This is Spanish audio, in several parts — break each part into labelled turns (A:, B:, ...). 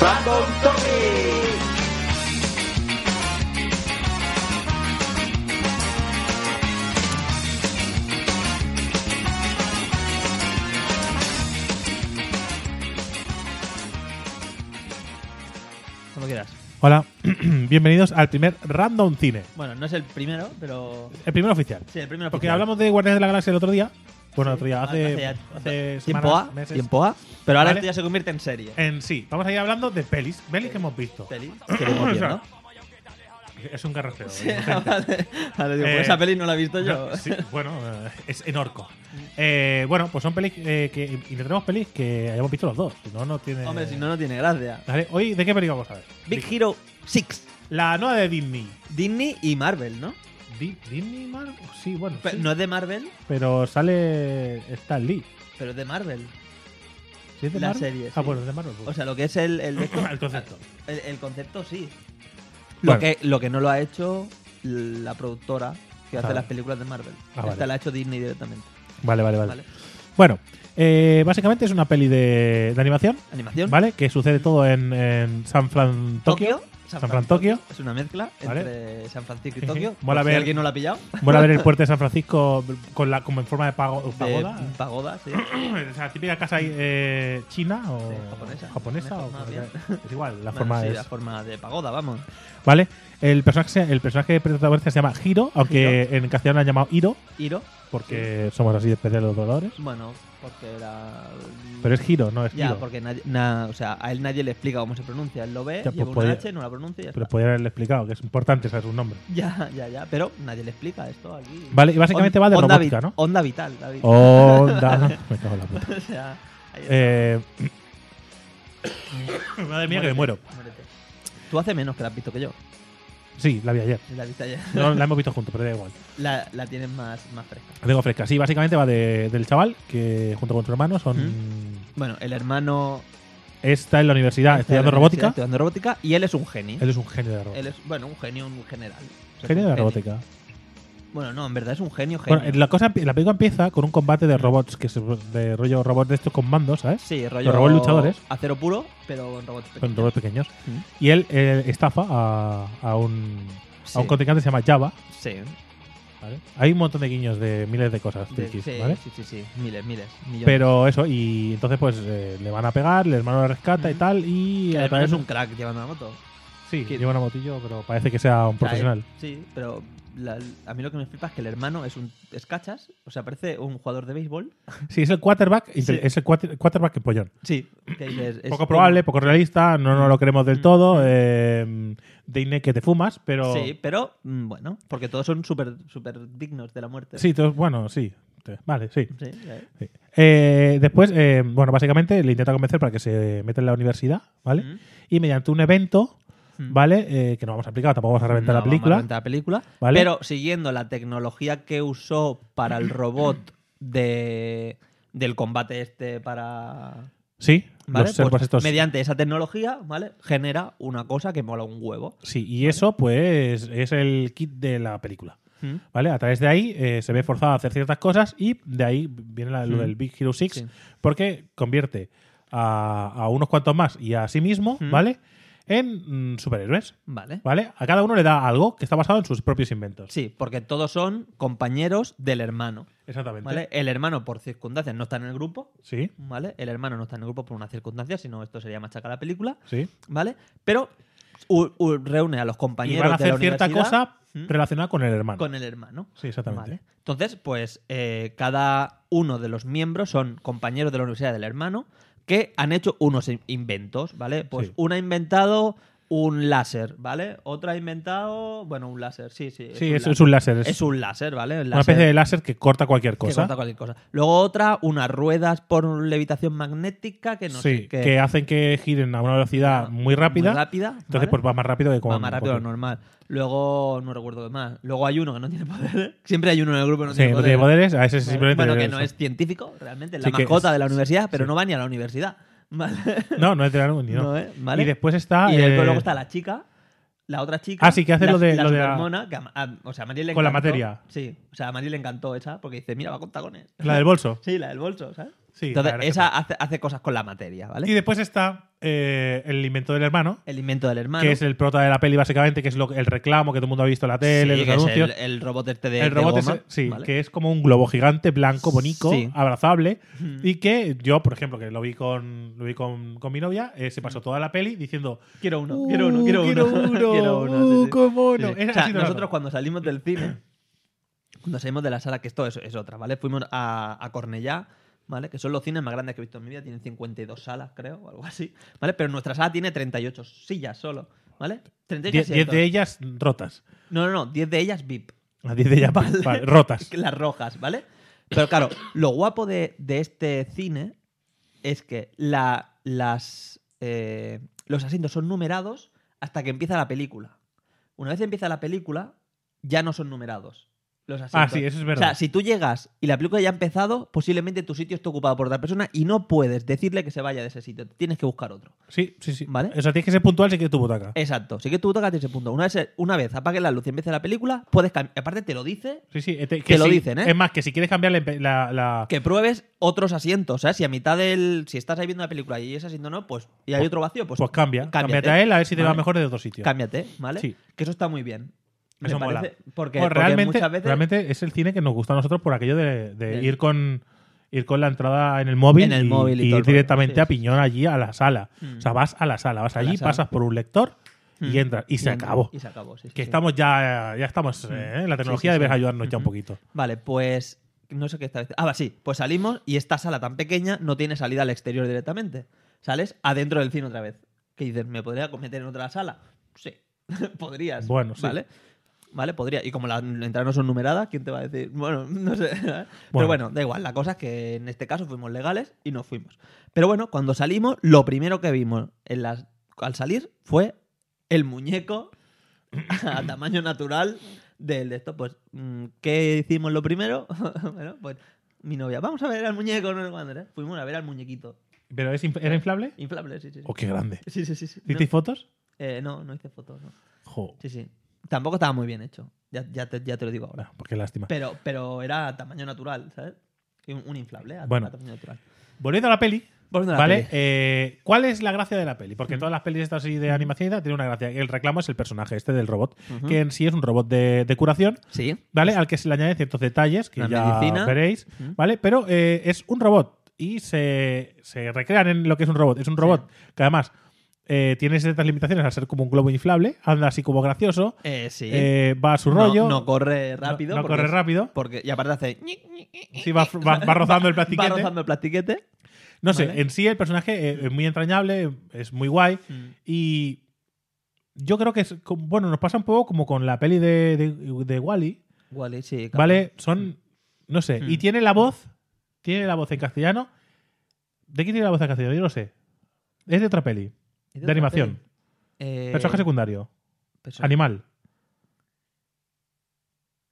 A: Random Topic.
B: Como quieras.
C: Hola, bienvenidos al primer Random Cine,
B: Bueno, no es el primero, pero.
C: el primer oficial.
B: Sí, el primero.
C: Porque
B: oficial.
C: hablamos de Guardianes de la Galaxia el otro día. Bueno, el otro día, hace,
B: ya-
C: hace
B: tiempo
C: semanas,
B: A.
C: meses.
B: Tiempo A. Pero ahora
C: Vale. Eh,
B: esto ya se convierte en serie.
C: En sí, vamos a ir hablando de pelis, pelis que hemos visto.
B: Peli. Que lo hemos
C: O sea,
B: visto, ¿no?
C: Es un carrocero.
B: vale. Vale, digo,
C: Eh,
B: pues esa peli no la he visto yo. Mm.
C: No, sí, bueno, eh, es en orco. Eh, bueno, pues son pelis eh, que. Y le tenemos pelis que hemos visto los dos. Si no, no tiene.
B: Hombre, si no, no tiene gracia.
C: Vale, Hoy, ¿de qué peli vamos a ver?
B: Big Hero 6.
C: La nueva de Disney.
B: Disney y Marvel, ¿no?
C: Di- ¿Disney, Marvel? Sí, bueno.
B: Pe-
C: sí.
B: No es de Marvel,
C: Pero sale Stan Lee.
B: pero es de Marvel.
C: ¿Sí es de
B: La
C: Marvel?
B: serie, sí.
C: Ah, bueno, es de Marvel.
B: O sea, lo que es el. El,
C: el concepto.
B: el- el concepto sí. Lo,
C: Bueno.
B: que, lo que no lo ha hecho la productora que hace
C: Claro.
B: las películas de Marvel.
C: Ah,
B: Esta
C: vale.
B: la ha hecho Disney directamente.
C: Vale, vale, vale.
B: ¿Vale?
C: Bueno, eh, básicamente es una peli de, de animación,
B: Animación.
C: ¿vale? Que sucede todo en, en San Fran, Tokio.
B: San,
C: San
B: Fran,
C: Fran, Tokio.
B: Es una mezcla
C: Vale.
B: entre San Francisco y Tokio.
C: Mola
B: por si
C: ver-
B: alguien no la ha pillado.
C: Voy a ver el puerto de San Francisco con la, como en forma de pago-
B: De
C: pagoda.
B: pagoda, sí.
C: O sea, típica casa ahí, eh, china o
B: Sí, japonesa.
C: japonesa, o-
B: Más bien.
C: es igual, la
B: Bueno,
C: forma
B: sí,
C: es.
B: la forma de pagoda, vamos.
C: ¿Vale? El personaje, se- el personaje protagonista se llama Hiro, aunque en castellano lo han llamado Hiro,
B: Hiro,
C: porque somos así de especiales los dolores.
B: bueno, porque era.
C: Pero es Hiro, no es
B: Mm. Ya,
C: Hiro.
B: porque nadie, na- o sea, a él nadie le explica cómo se pronuncia. Él lo ve,
C: Ya,
B: lleva
C: pues
B: una
C: podía-
B: H, no la pronuncia y ya
C: Pero
B: está.
C: podría haberle explicado, que es importante saber su nombre.
B: Ya, ya, ya. Pero nadie le explica esto aquí.
C: Vale, y básicamente
B: On-
C: va de
B: onda
C: robótica,
B: vi-
C: ¿no?
B: Onda vital, David.
C: Onda. Me cago en la puta.
B: o sea, ahí está.
C: Eh, madre mía, que
B: Muérete,
C: me muero.
B: muérete. Tú hace menos que la has visto que yo.
C: Sí, la vi ayer.
B: La vista ya.
C: No, la hemos visto juntos, pero da igual.
B: La, la tienes más, más fresca.
C: La tengo fresca. Sí, básicamente va de- del chaval que junto con su hermano son.
B: Bueno, el hermano.
C: ¿Mm? Está en la universidad
B: está en
C: estudiando
B: la universidad
C: robótica.
B: Estudiando robótica y él es un genio.
C: Él es un genio de la robótica.
B: Él es, bueno, un genio en general. O sea,
C: genio
B: es
C: de la
B: un
C: robótica.
B: Bueno, no, en verdad es un genio, genio.
C: Bueno, la, cosa, empie- la película empieza con un combate de robots, que es de rollo robots de estos con mandos, ¿sabes?
B: Sí, rollo.
C: Los robots luchadores.
B: Acero puro, pero con robots pequeños.
C: Con eh? robots pequeños.
B: Mm.
C: Y él eh, estafa a, a un, a un
B: Sí.
C: contrincante que se llama Java.
B: Sí,
C: ¿vale? Hay un montón de guiños de miles de cosas.
B: de-
C: frikis,
B: sí,
C: ¿vale?
B: sí, sí, sí. Miles, miles. Millones.
C: Pero eso, y entonces pues eh, le van a pegar, el hermano le rescata y
B: Ujú.
C: tal, y...
B: Mm. Que
C: al
B: además es
C: parecer-
B: un crack llevando la moto.
C: Sí,
B: kid.
C: lleva una motillo, pero parece que sea un
B: O sea,
C: profesional.
B: él- sí, pero la- a mí lo que me flipa es que el hermano es un escachas, o sea, parece un jugador de béisbol.
C: Sí, es el quarterback,
B: Sí.
C: es el quarter- quarterback que pollón.
B: Sí. Que dices, es
C: poco
B: un-
C: probable, poco realista, no nos lo queremos del
B: Mm.
C: todo, eh, Deine que te fumas, pero...
B: Sí, pero mm, bueno, porque todos son súper super dignos de la muerte.
C: Sí, entonces, bueno, sí. te- Vale, sí.
B: Sí, eh.
C: sí. Eh, después, eh, bueno, básicamente le intenta convencer para que se meta en la universidad, ¿vale?
B: Mm.
C: Y mediante un evento,
B: Mm.
C: ¿vale? Eh, que no vamos a explicar, tampoco vamos a
B: No,
C: reventar la
B: vamos a
C: película.
B: reventar la película.
C: ¿Vale?
B: Pero siguiendo la tecnología que usó para el robot de, del combate este para...
C: Sí,
B: ¿vale?
C: los servos
B: Pues
C: estos
B: Mediante esa tecnología, ¿vale? Genera una cosa que mola un huevo.
C: Sí, y eso pues es el kit de la película.
B: Mm.
C: ¿Vale? A través de ahí eh, se ve forzado a hacer ciertas cosas y de ahí viene la- lo
B: Mm.
C: del Big Hero 6
B: Sí.
C: porque convierte a, a unos cuantos más y a sí mismo,
B: Mm.
C: ¿vale? En mm, superhéroes,
B: ¿Vale?
C: ¿vale? A cada uno le da algo que está basado en sus propios inventos.
B: Sí, porque todos son compañeros del hermano.
C: Exactamente.
B: ¿Vale? El hermano, por circunstancias, no está en el grupo.
C: Sí,
B: ¿Vale? El hermano no está en el grupo por una circunstancia, sino esto sería machacar la película.
C: sí.
B: ¿vale? Pero u- u- reúne a los
C: Y
B: compañeros
C: van a
B: de
C: hacer
B: la
C: cierta
B: universidad, ¿Mm?
C: cosa
B: ¿m?
C: relacionada con el hermano.
B: con el hermano.
C: Ah, Sí, exactamente.
B: ¿vale? Entonces, pues eh, cada uno de los miembros son compañeros de la universidad del hermano que han hecho unos in- inventos, ¿vale? Pues
C: Sí.
B: uno ha inventado un láser, ¿vale? Otra ha inventado, bueno, un láser, sí, sí.
C: Sí, es- es un láser, es-
B: Es un láser, ¿vale? El
C: Una
B: láser
C: especie de láser que corta cualquier
B: que
C: cosa.
B: corta cualquier cosa. Luego otra, unas ruedas por levitación magnética que no
C: sí,
B: sé
C: que...
B: qué.
C: hacen que giren a una velocidad muy rápida.
B: Muy rápida,
C: Entonces,
B: ¿vale?
C: pues va más rápido que con.
B: Va más rápido de lo normal. Luego, no recuerdo qué más. Luego hay uno que no tiene poderes. Siempre hay uno en el grupo que no
C: Sí,
B: tiene
C: no
B: poderes.
C: tiene poderes. A ese
B: Bueno,
C: simplemente.
B: Bueno, que no es científico, realmente. Es
C: Sí
B: la
C: que
B: mascota
C: es-
B: de la universidad, pero
C: sí.
B: no va ni a la universidad. ¿Vale?
C: No, no es de la luz, ni no.
B: No, ¿eh? ¿Vale?
C: Y después está.
B: Y después
C: eh,
B: luego está la chica, la otra chica.
C: Ah, sí, que hace
B: la-
C: lo de-
B: La
C: lo de la-
B: supermona, que a- a- o sea, a María le
C: Con la
B: encantó.
C: materia.
B: Sí, o sea, a María le encantó esa, porque dice, mira, va con tacones.
C: la del bolso.
B: Sí, la del bolso, ¿sabes?
C: Sí, la
B: Entonces,
C: verdad que
B: esa
C: sí.
B: hace, hace cosas con la materia, ¿vale?
C: Y después está eh, el invento del hermano,
B: El invento del hermano.
C: que es el prota de la peli, básicamente, que es lo, el reclamo que todo el mundo ha visto en la
B: Sí,
C: tele,
B: que
C: los
B: es
C: anuncios.
B: el, el robot este de,
C: El
B: de
C: robot
B: goma,
C: ese- sí,
B: ¿vale?
C: que es como un globo gigante, blanco, bonito,
B: Sí.
C: abrazable. Y que yo, por ejemplo, que lo vi con, lo vi con, con mi novia, eh, se pasó toda la peli diciendo.
B: Quiero uno,
C: "Uh,
B: quiero uno, quiero uno. quiero uno, sí,
C: uh,
B: sí.
C: qué mono".
B: Sí, sí.
C: Era
B: O sea,
C: así todo el
B: nosotros
C: rato.
B: cuando salimos del cine, cuando salimos de la sala, que esto es, es otra, ¿vale? Fuimos a, a Cornellá, ¿vale? Que son los cines más grandes que he visto en mi vida, tienen 52 salas, creo, o algo así, ¿vale? Pero nuestra sala tiene 38 sillas solo, ¿ale? 38
C: Die- diez
B: asientos.
C: de ellas rotas.
B: No, no, no, 10 de ellas VIP,
C: Las diez de ellas
B: Vale.
C: vale, rotas.
B: las rojas, ¿vale? Pero claro, lo guapo de, de este cine es que la, las, eh, los asientos son numerados hasta que empieza la película. Una vez empieza la película, ya no son numerados. Los asientos.
C: Ah, sí, eso es verdad.
B: O sea, si tú llegas y la película ya ha empezado, posiblemente tu sitio está ocupado por otra persona y no puedes decirle que se vaya de ese sitio. Tienes que buscar otro.
C: Sí, sí, sí.
B: Vale. Eh,
C: O sea, tienes que ser puntual si quieres tu butaca.
B: Exacto. Sí que tú tocas ese punto. Una vez, una vez apagues la luz y empiece la película, puedes cambiar. Aparte, te lo dice
C: Sí, sí. eh, te-
B: que lo
C: sí.
B: dicen, ¿eh?
C: Es más, que si quieres cambiar la. la- la-
B: que pruebes otros asientos. ¿sabes? Si a mitad del. Si estás ahí viendo una película y ese asiento no, pues. Y hay otro vacío, pues.
C: pues cambia.
B: cámbiate.
C: Cámbiate a él a ver si te va
B: Vale.
C: mejor de otro sitio.
B: Cámbiate, ¿vale?
C: Sí.
B: Que eso está muy bien. Me
C: Eso mola.
B: parece- Porque,
C: No,
B: porque
C: realmente,
B: muchas veces.
C: realmente es el cine que nos gusta a nosotros por aquello de, de
B: Bien.
C: ir con ir con la entrada en el móvil,
B: En el móvil y todo
C: ir
B: el rollo,
C: directamente
B: sí,
C: a
B: sí.
C: piñón allí a la sala.
B: Mm.
C: O sea, vas a la sala, vas
B: A la
C: allí,
B: sala.
C: pasas por un lector y
B: Mm.
C: entras. Y, se
B: entra-
C: acabó.
B: Y se acabó, sí, sí,
C: que
B: sí.
C: estamos ya, ya estamos. eh, La tecnología
B: sí,
C: debe
B: sí.
C: ayudarnos ya un
B: Ujú.
C: poquito.
B: Vale, pues. No sé qué está Ah, va, sí. Pues salimos y esta sala tan pequeña no tiene salida al exterior directamente. Sales adentro del cine otra vez. Que dices, ¿me podría meter en otra sala? Sí. Podrías.
C: Bueno, sí.
B: ¿Vale? Vale, podría. Y como las entradas no son numeradas, ¿quién te va a decir? Bueno, no sé. ¿eh?
C: Bueno.
B: Pero bueno, da igual. La cosa es que en este caso fuimos legales y nos fuimos. Pero bueno, cuando salimos, lo primero que vimos en las, al salir fue el muñeco a tamaño natural del de esto. Pues, mm, ¿qué hicimos lo primero? bueno, pues mi novia, vamos a ver al muñeco. No sé cuándo, ¿eh? Fuimos a ver al muñequito.
C: ¿Pero es inf- era inflable?
B: Inflable, sí, sí. sí.
C: ¡Oh, qué grande!
B: Sí, sí, sí. sí. No,
C: ¿Hicisteis fotos?
B: eh, no, no hice fotos. no.
C: Jo.
B: Sí, sí. Tampoco estaba muy bien hecho. Ya, ya, te, ya te lo digo ahora.
C: Bueno, pues qué lástima.
B: Pero, pero era a tamaño natural, ¿sabes? Un, un inflable a,
C: Bueno.
B: a tamaño natural.
C: Volviendo a la peli.
B: Volviendo a la
C: ¿Vale?
B: peli.
C: Eh, ¿Cuál es la gracia de la peli? Porque todas las pelis estas así de animación y tal tienen una gracia. El reclamo es el personaje este del robot,
B: Ujú.
C: que en sí es un robot de, de curación,
B: Sí.
C: ¿vale? Al que se le añaden ciertos detalles que
B: Una
C: ya
B: medicina.
C: veréis,
B: Ujú.
C: ¿vale? Pero eh, es un robot y se, se recrean en lo que es un robot. Es un robot que además eh, tiene ciertas limitaciones al ser como un globo inflable, anda así como gracioso,
B: Eh, sí.
C: eh, va a su
B: No-
C: rollo.
B: No, corre rápido.
C: no
B: porque
C: corre
B: es-
C: rápido.
B: Porque, y aparte hace... ñic, ñic,
C: Sí, va, va- va rozando el plastiquete.
B: Va rozando el plastiquete.
C: No sé,
B: Vale.
C: en sí el personaje eh, es muy entrañable, es muy guay.
B: Mm.
C: Y yo creo que es. co- Bueno, nos pasa un poco como con la peli de, de, Wally.
B: Wally, sí. claro.
C: ¿Vale? Son. No sé.
B: Mm.
C: Y tiene la voz. Tiene la voz en castellano. ¿De quién tiene la voz en castellano? Yo no sé. Es de otra peli.
B: ¿Y
C: De
B: otra
C: animación.
B: peli? Eh,
C: Personaje secundario.
B: perso-
C: Animal.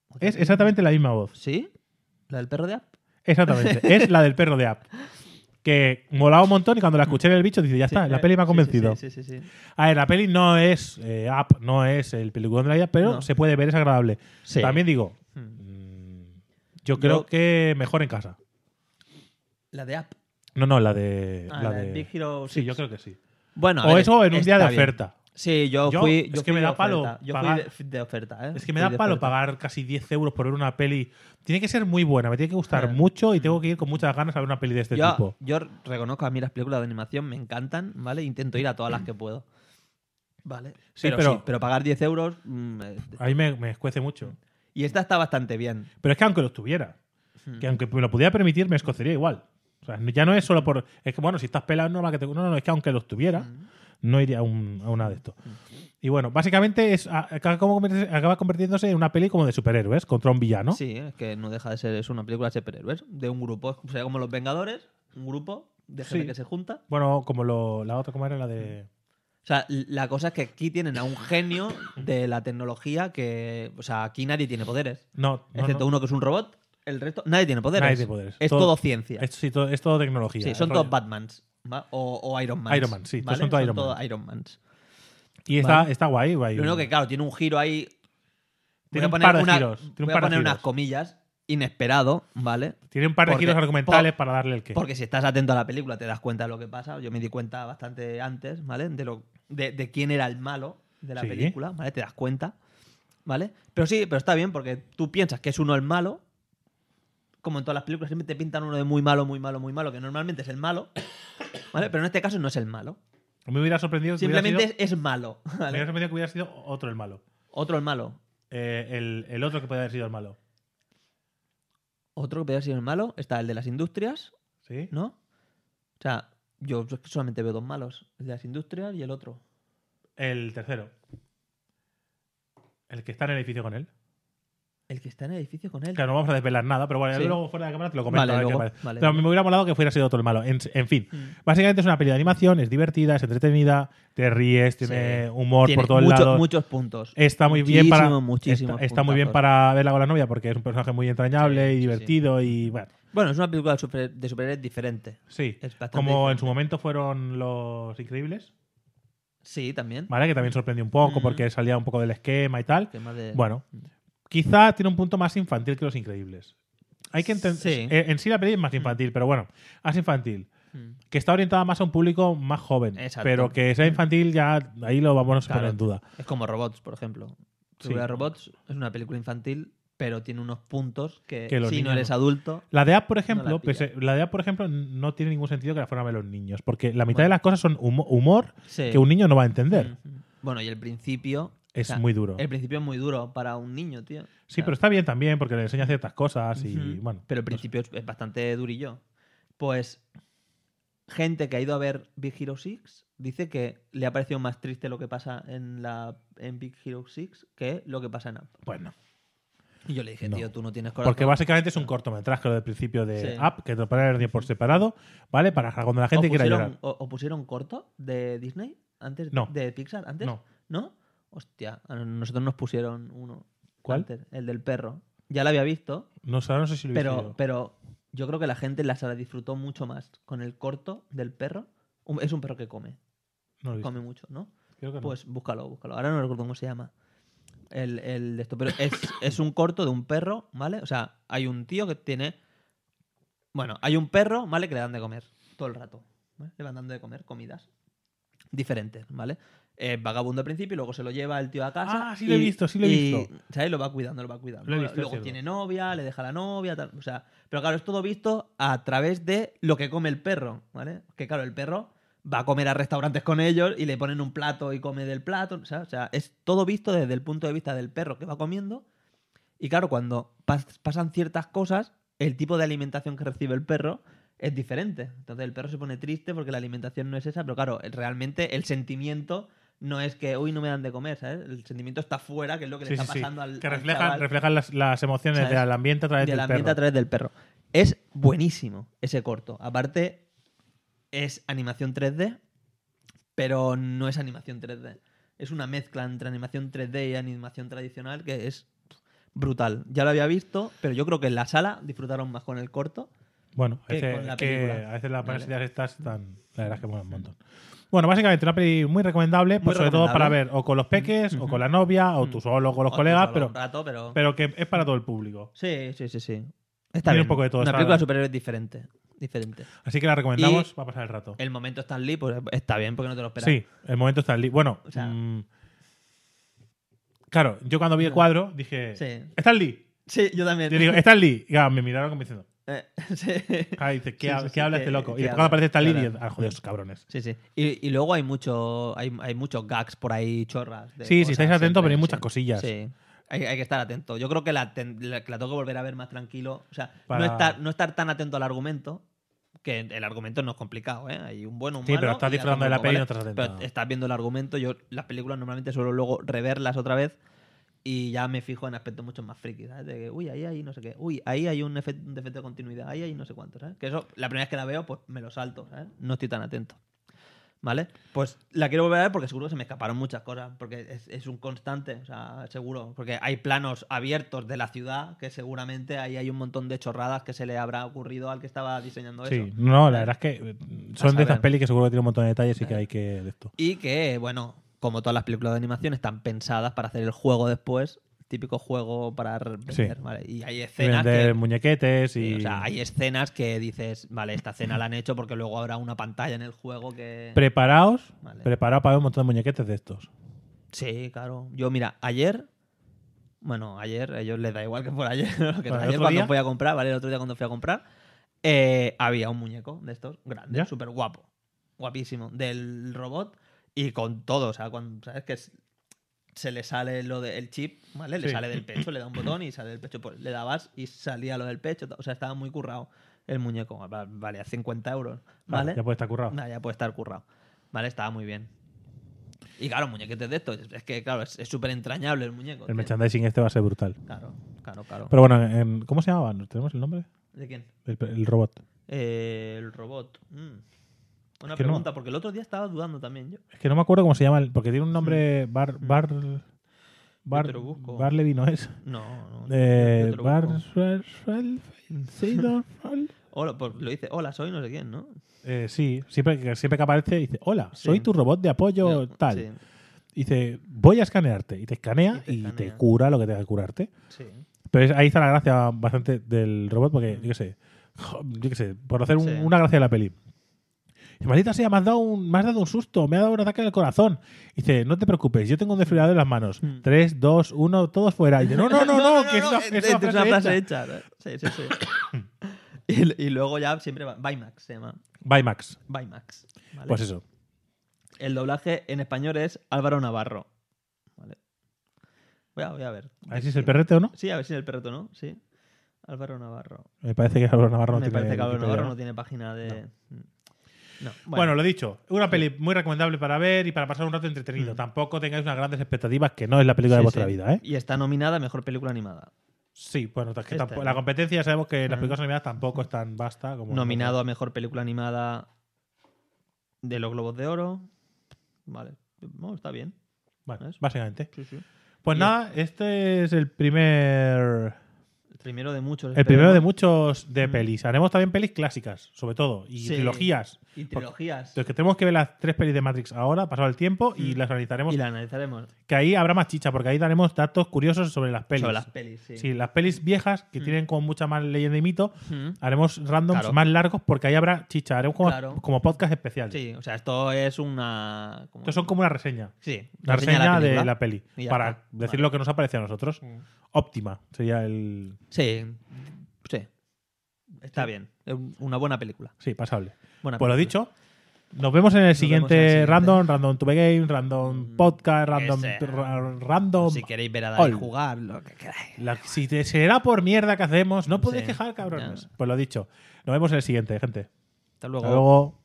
B: otra
C: Es
B: peli.
C: exactamente la misma voz.
B: ¿Sí? ¿La del perro de App?
C: Exactamente. es la del perro de App. Que molaba un montón y cuando la escuché en el bicho dice, ya está,
B: Sí,
C: la
B: eh,
C: peli me ha
B: sí,
C: convencido.
B: Sí, sí, sí. sí,
C: A ver, la peli no es eh, app, no es el peliculón de la vida, pero
B: No.
C: se puede ver, es agradable.
B: Sí.
C: También digo,
B: Mm.
C: mm, yo creo
B: Yo-
C: que mejor en casa.
B: La de App.
C: No, no, la de.
B: Ah,
C: la
B: la
C: de-
B: Big Hero
C: Sí,
B: 6.
C: yo creo que sí.
B: Bueno, a
C: o
B: ver,
C: eso en un día de
B: está bien.
C: oferta.
B: Sí, yo,
C: Yo-
B: fui.
C: es
B: Yo
C: que
B: fui
C: me
B: de
C: da palo
B: oferta. Yo
C: pagar-
B: fui de, de oferta, ¿eh?
C: Es que me
B: Fui
C: da
B: de
C: palo
B: oferta.
C: pagar casi 10 euros por ver una peli. Tiene que ser muy buena, me tiene que gustar
B: Ah.
C: mucho y tengo que ir con muchas ganas a ver una peli de este
B: yo,
C: tipo.
B: yo reconozco a mí las películas de animación, me encantan, ¿vale? Intento ir a todas las que puedo. Vale.
C: Sí, pero-
B: pero pagar 10 euros. mm, eh,
C: A mí me, me escuece mucho.
B: y esta está bastante bien. Hmm.
C: Pero es que aunque lo tuviera, que aunque me lo pudiera permitir, me escocería igual. O sea, ya no es solo por. Es que, bueno, si estás pelado, no, que te- no, no, es que aunque los tuviera,
B: Hmm.
C: no iría a, un- a una de estos. Y bueno, básicamente es, a- acaba, como convertirse- acaba convirtiéndose en una peli como de superhéroes contra un villano.
B: Sí, es que no deja de ser, es una película de superhéroes, de un grupo, o sea, como Los Vengadores, un grupo de gente
C: Sí.
B: que se junta.
C: Bueno, como lo- la otra, ¿cómo era la de.?
B: O sea, l- la cosa es que aquí tienen a un genio de la tecnología que, o sea, aquí nadie tiene poderes,
C: No, no,
B: excepto
C: no.
B: uno que es un robot, el resto, nadie tiene poderes.
C: Nadie tiene poderes.
B: Es todo, ciencia.
C: Es, sí, todo, es todo tecnología.
B: sí,
C: es
B: son
C: rollo.
B: todos Batmans ¿va? o, o Iron Man.
C: Iron Man, sí, todos son todos Iron Man.
B: Mans.
C: Y está,
B: Vale.
C: está guay, guay.
B: Lo único que, claro, tiene un giro ahí.
C: Tiene un
B: voy a
C: par de
B: una-
C: giros, tiene un
B: voy a
C: par de
B: poner unas
C: giros.
B: comillas. Inesperado, ¿vale?
C: Tiene un par de
B: Porque-
C: giros argumentales
B: por-
C: para darle el qué.
B: Porque si estás atento a la película te das cuenta de lo que pasa. Yo me di cuenta bastante antes, ¿vale? De, lo, de, de quién era el malo de la
C: Sí.
B: película, ¿vale? Te das cuenta, ¿vale? Pero sí, pero está bien porque tú piensas que es uno el malo. Como en todas las películas, siempre te pintan uno de muy malo, muy malo, muy malo, que normalmente es el malo, ¿vale? Pero en este caso no es el malo.
C: Me hubiera sorprendido que hubiera
B: Simplemente
C: sido-
B: es, es malo,
C: me hubiera
B: ¿vale?
C: sorprendido que hubiera sido otro el malo.
B: Otro el malo.
C: Eh, el, el otro que podía haber sido el malo.
B: Otro que podría ser el malo está el de las industrias,
C: ¿Sí?
B: ¿no? O sea, yo solamente veo dos malos, el de las industrias y el otro.
C: El tercero. El que está en el edificio con él.
B: El que está en el edificio con él.
C: Claro, no vamos a desvelar nada, pero bueno,
B: Sí.
C: luego fuera de cámara te lo comento.
B: Vale,
C: a ver qué
B: luego,
C: parece.
B: vale, Mm.
C: pero
B: vale.
C: me hubiera molado que fuera sido otro el malo. En, en fin, básicamente es una peli de animación, es divertida, es entretenida, te ríes, tiene
B: Sí.
C: humor
B: Tiene
C: por todos
B: mucho-
C: lados. Eh,
B: Muchos puntos.
C: Está muy bien
B: Muchísimo,
C: para
B: muchísimos
C: está, está muy bien
B: puntazos.
C: para verla con la novia porque es un personaje muy entrañable
B: Sí, Mm.
C: y
B: sí,
C: divertido y bueno,
B: Bueno, es una película de super- de superhéroes diferente.
C: sí,
B: Es bastante
C: como en
B: diferente.
C: su momento fueron los increíbles,
B: Sí, también.
C: ¿vale? Que también sorprendió un poco
B: Mm.
C: porque salía un poco del esquema y tal.
B: Que más de-
C: Bueno, quizá tiene un punto más infantil que los increíbles. Hay que entender eh,
B: Sí.
C: en sí la peli es más infantil, pero bueno, más infantil.
B: Mm.
C: que está orientada más a un público más joven.
B: Exacto. Mm.
C: Pero que sea infantil, ya ahí lo vamos a
B: Claro.
C: poner en duda.
B: Es como Robots, por ejemplo.
C: Sí.
B: Sobre Robots es una película infantil, pero tiene unos puntos que,
C: Que los
B: si no
C: niños
B: eres
C: no.
B: adulto.
C: La de App, por ejemplo,
B: la
C: pues,
B: pillan.
C: eh, la de App, por ejemplo, no tiene ningún sentido que la fueran a ver los niños, porque la mitad
B: Bueno.
C: de las cosas son humo- humor
B: Sí.
C: que un niño no va a entender.
B: Mm. Bueno, y el principio. o
C: Es
B: sea,
C: muy duro.
B: El principio es muy duro para un niño, tío.
C: Sí, pero está bien también, porque le enseña ciertas cosas y
B: Ujú.
C: bueno.
B: Pero el
C: no sé.
B: principio es- es bastante durillo. Pues gente que ha ido a ver Big Hero 6 dice que le ha parecido más triste lo que pasa en la en Big Hero 6 que lo que pasa en Up.
C: Bueno,
B: Y yo le dije,
C: No.
B: tío, tú no tienes corazón.
C: porque básicamente es un cortometraje lo del principio de
B: Sí.
C: App, que te lo ponen bien por separado, ¿vale? Para cuando la gente
B: ¿O
C: quiera
B: pusieron,
C: llorar.
B: o- o pusieron corto de Disney antes
C: No.
B: de Pixar antes?
C: No.
B: ¿No? Hostia, a nosotros nos pusieron uno.
C: ¿Cuál?
B: antes, el del perro. Ya lo había visto,
C: No, sé- no sé si lo hice
B: pero,
C: yo.
B: pero yo creo que la gente en la sala disfrutó mucho más con el corto del perro. Un- Es un perro que come.
C: No lo hice.
B: come mucho, ¿no?
C: Creo que no.
B: Pues búscalo, búscalo. Ahora no recuerdo cómo se llama. El, el de esto, pero es, es un corto de un perro, ¿vale? O sea, hay un tío que tiene. Bueno, hay un perro, ¿vale? Que le dan de comer todo el rato. ¿vale? Le van dando de comer comidas diferentes, ¿vale? Es vagabundo al principio, y luego se lo lleva el tío a casa.
C: Ah, sí lo he
B: y-
C: visto, sí lo he
B: y,
C: visto.
B: ¿Sabes? Lo va cuidando, lo va cuidando.
C: Lo he visto, es
B: luego
C: cierto.
B: tiene novia, le deja la novia, tal. O sea, pero claro, es todo visto a través de lo que come el perro, ¿vale? Que claro, el perro va a comer a restaurantes con ellos y le ponen un plato y come del plato. O sea, o sea, es todo visto desde el punto de vista del perro que va comiendo. Y claro, cuando pas- pasan ciertas cosas, el tipo de alimentación que recibe el perro es diferente. Entonces el perro se pone triste porque la alimentación no es esa, pero claro, realmente el sentimiento no es que hoy no me dan de comer, ¿sabes? El sentimiento está fuera, que es lo que
C: Sí,
B: le
C: sí,
B: está
C: sí.
B: pasando al
C: que
B: al
C: reflejan,
B: chaval
C: reflejan las, las emociones
B: ¿Sabes?
C: del ambiente a través
B: del
C: del
B: ambiente
C: perro.
B: a través del perro. Es buenísimo ese corto. Aparte, es animación 3D, pero no es animación 3D. Es una mezcla entre animación 3D y animación tradicional que es brutal. Ya lo había visto, pero yo creo que en la sala disfrutaron más con el corto.
C: Bueno, a
B: que
C: veces,
B: con la
C: que
B: película.
C: a veces las buenas
B: Vale.
C: ideas estas están, la verdad es que molan un montón. Bueno, básicamente una peli muy recomendable, pues
B: Muy
C: sobre todo para
B: recomendable.
C: ver o con los peques, o con la novia, o tú solo, o con los
B: O
C: colegas,
B: solo
C: pero,
B: un rato, pero...
C: pero que es para todo el público.
B: Sí, sí, sí, sí. Está
C: Tiene
B: bien.
C: un poco de todo,
B: Una
C: está-
B: película de superhéroes diferente. diferente.
C: Así que la recomendamos, va a pasar el rato.
B: El momento Stan Lee, pues está bien, porque no te lo esperas.
C: sí, el momento está libre. Bueno,
B: O sea-
C: mm, claro, yo cuando vi el cuadro dije,
B: Sí.
C: Stan Lee.
B: Sí, yo también.
C: Yo digo, Stan Lee. Y claro, me miraron como diciendo,
B: Eh, sí.
C: ah, dice, ¿qué,
B: Sí,
C: ha-
B: sí, sí,
C: qué habla
B: que-
C: este loco?
B: que
C: Y después
B: habla,
C: cuando aparece Stan Lee,
B: que
C: dije,
B: habla.
C: ah, joder, esos cabrones.
B: Sí, sí. Y, y luego hay mucho, hay, hay muchos gags por ahí, chorras. de
C: Sí, si
B: cosas
C: estáis atentos,
B: siempre,
C: veréis
B: sí.
C: muchas cosillas.
B: Sí. Hay, hay que estar atento. Yo creo que la, ten- la- que la tengo que volver a ver más tranquilo. O sea,
C: Para-
B: no, estar, no estar tan atento al argumento que el argumento no es complicado, ¿eh? Hay un bueno, un
C: Sí,
B: malo
C: pero estás
B: y ya
C: disfrutando de la
B: está un
C: peli y no
B: poco,
C: estás atento.
B: Pero estás viendo el argumento. Yo las películas normalmente suelo luego reverlas otra vez y ya me fijo en aspectos mucho más frikis, ¿sabes? De que, uy, ahí hay no sé qué. Uy, ahí hay un, efe- un defecto de continuidad. Ahí hay no sé cuánto, ¿sabes? Que eso, la primera vez que la veo, pues me lo salto, ¿sabes? No estoy tan atento. ¿Vale? Pues la quiero volver a ver porque seguro que se me escaparon muchas cosas, porque es, es un constante, o sea, seguro, porque hay planos abiertos de la ciudad que seguramente ahí hay un montón de chorradas que se le habrá ocurrido al que estaba diseñando eso.
C: Sí, no, la verdad es que eh, son de
B: saber.
C: estas pelis que seguro que tiene un montón de detalles y que hay que de esto.
B: Y que, bueno, como todas las películas de animación, están pensadas para hacer el juego después, típico juego para re- vender, ¿vale? Y hay
C: Y
B: escenas
C: vender
B: que...
C: muñequetes y.
B: sí, o sea, hay escenas que dices, vale, esta escena la han hecho porque luego habrá una pantalla en el juego que...
C: Preparaos,
B: Vale.
C: preparaos para ver un montón de muñequetes de estos.
B: Sí, claro. Yo, mira, ayer. Bueno, ayer, a ellos les da igual que por ayer. ¿no? Que
C: Bueno, el
B: ayer
C: otro
B: cuando
C: día-
B: fui a comprar, ¿vale? El otro día cuando fui a comprar, eh, había un muñeco de estos, grande,
C: ¿Ya?
B: súper guapo. Guapísimo. Del robot y con todo. O sea, cuando, ¿sabes? Que es- se le sale lo del chip, ¿vale? Le
C: Sí.
B: sale del pecho, le da un botón y sale del pecho. Pues le dabas y salía lo del pecho. O sea, estaba muy currado el muñeco. Va- Vale, a 50 euros,
C: Vale,
B: ¿vale?
C: Ya puede estar currado.
B: Nah, ya puede estar currado. Vale, estaba muy bien. Y claro, muñequetes de estos. Es que, claro, es es súper entrañable el muñeco.
C: El
B: tío.
C: merchandising este va a ser brutal.
B: Claro, claro, claro.
C: Pero bueno, en- ¿cómo se llamaba? ¿No ¿Tenemos el nombre?
B: ¿De quién?
C: El, el robot.
B: Eh, el robot. Mm. Una
C: Es que no.
B: pregunta, porque el otro día estaba dudando también yo.
C: Es que no me acuerdo cómo se llama, el- porque tiene un nombre. Bar. Bar. Bar.
B: te lo busco.
C: Barleby no es.
B: No, no. yo
C: Eh,
B: te lo
C: Bar.
B: busco.
C: Seidor-
B: Hola, pues lo dice, hola, soy no sé quién, ¿no?
C: Eh, sí, siempre, que- siempre que aparece dice, hola, soy
B: Sí.
C: tu robot de apoyo
B: No,
C: tal.
B: Sí,
C: Dice, voy a escanearte. Y te escanea
B: Y te
C: y te,
B: escanea.
C: cura lo que tenga que curarte.
B: sí.
C: Pero es- ahí está la gracia bastante del robot, porque, yo qué sé, jo, yo qué sé, por hacer un-
B: Sí.
C: una gracia de la peli. Dice, maldita sea, me has, dado un, me has dado un susto, me ha dado un ataque al corazón. Dice, no te preocupes, yo tengo un desfibrilador en las manos.
B: Mm.
C: 3, 2, 1, todos fuera. Y dice, no, no, no, no, que es una,
B: eh,
C: es
B: eh,
C: una
B: es
C: frase hecha".
B: hecha. ¿no? Sí, sí, sí. y, y luego ya siempre va. Baymax se llama.
C: Baymax.
B: Baymax. ¿vale?
C: Pues eso.
B: El doblaje en español es Álvaro Navarro. Vale. Voy a, voy a ver.
C: A ver si es el perrete o no.
B: Sí, a ver si es el perreto, ¿no? Sí. Álvaro Navarro.
C: Me parece que Álvaro Navarro no
B: Me
C: tiene
B: parece que Álvaro
C: Wikipedia,
B: Navarro
C: ¿no?
B: no tiene página de. No.
C: Bueno,
B: Bueno,
C: lo dicho, una peli muy recomendable para ver y para pasar un rato entretenido. Tampoco tengáis unas grandes expectativas, que no es la película
B: Hmm. sí,
C: de vuestra
B: sí.
C: vida, ¿eh?
B: Y está nominada a mejor película animada.
C: Sí, bueno, es que
B: Esta,
C: tampoco-
B: Este, ¿no? Ah.
C: la competencia ya sabemos que las películas animadas tampoco es tan vasta como.
B: Nominado a mejor película animada de los Globos de Oro. Vale. No, está bien.
C: Bueno,
B: ¿ves?
C: básicamente.
B: Sí, sí.
C: Pues
B: Y-
C: nada, este es el primer.
B: El primero de muchos.
C: El primero de
B: esperemos.
C: muchos de pelis. Haremos también pelis clásicas, sobre todo, y
B: Sí.
C: trilogías.
B: Y trilogías.
C: Entonces, que tenemos que ver las tres pelis de Matrix ahora, pasado el tiempo, y
B: Mm.
C: las analizaremos.
B: Y la analizaremos.
C: Que ahí habrá más chicha, porque ahí daremos datos curiosos sobre las pelis.
B: Sobre las pelis, sí.
C: Sí, las pelis viejas, que tienen como mucha más leyenda y mito,
B: Mm.
C: haremos randoms
B: Claro.
C: más largos porque ahí habrá chicha, haremos como,
B: Claro.
C: como podcast especial.
B: Sí, o sea, esto es una. como-
C: Entonces son como una reseña.
B: Sí,
C: La reseña,
B: película.
C: de la peli.
B: Y ya
C: Para
B: está.
C: decir
B: Vale. Mm.
C: lo que nos ha parecido a nosotros. Óptima sería el.
B: Sí, sí. Está bien. Es una buena película.
C: Sí, pasable.
B: Buena
C: pues lo
B: película.
C: dicho. Nos vemos en el
B: vemos
C: siguiente
B: en el siguiente. Mm,
C: random, random to be game, random podcast, random
B: sea.
C: ra- random.
B: Si queréis ver a Dai
C: All.
B: jugar, lo que queráis.
C: La- si te será por mierda que hacemos, no podéis
B: Sí.
C: quejar, cabrones.
B: Ya.
C: Pues lo dicho. Nos vemos en el siguiente, gente.
B: Hasta luego.
C: Hasta luego.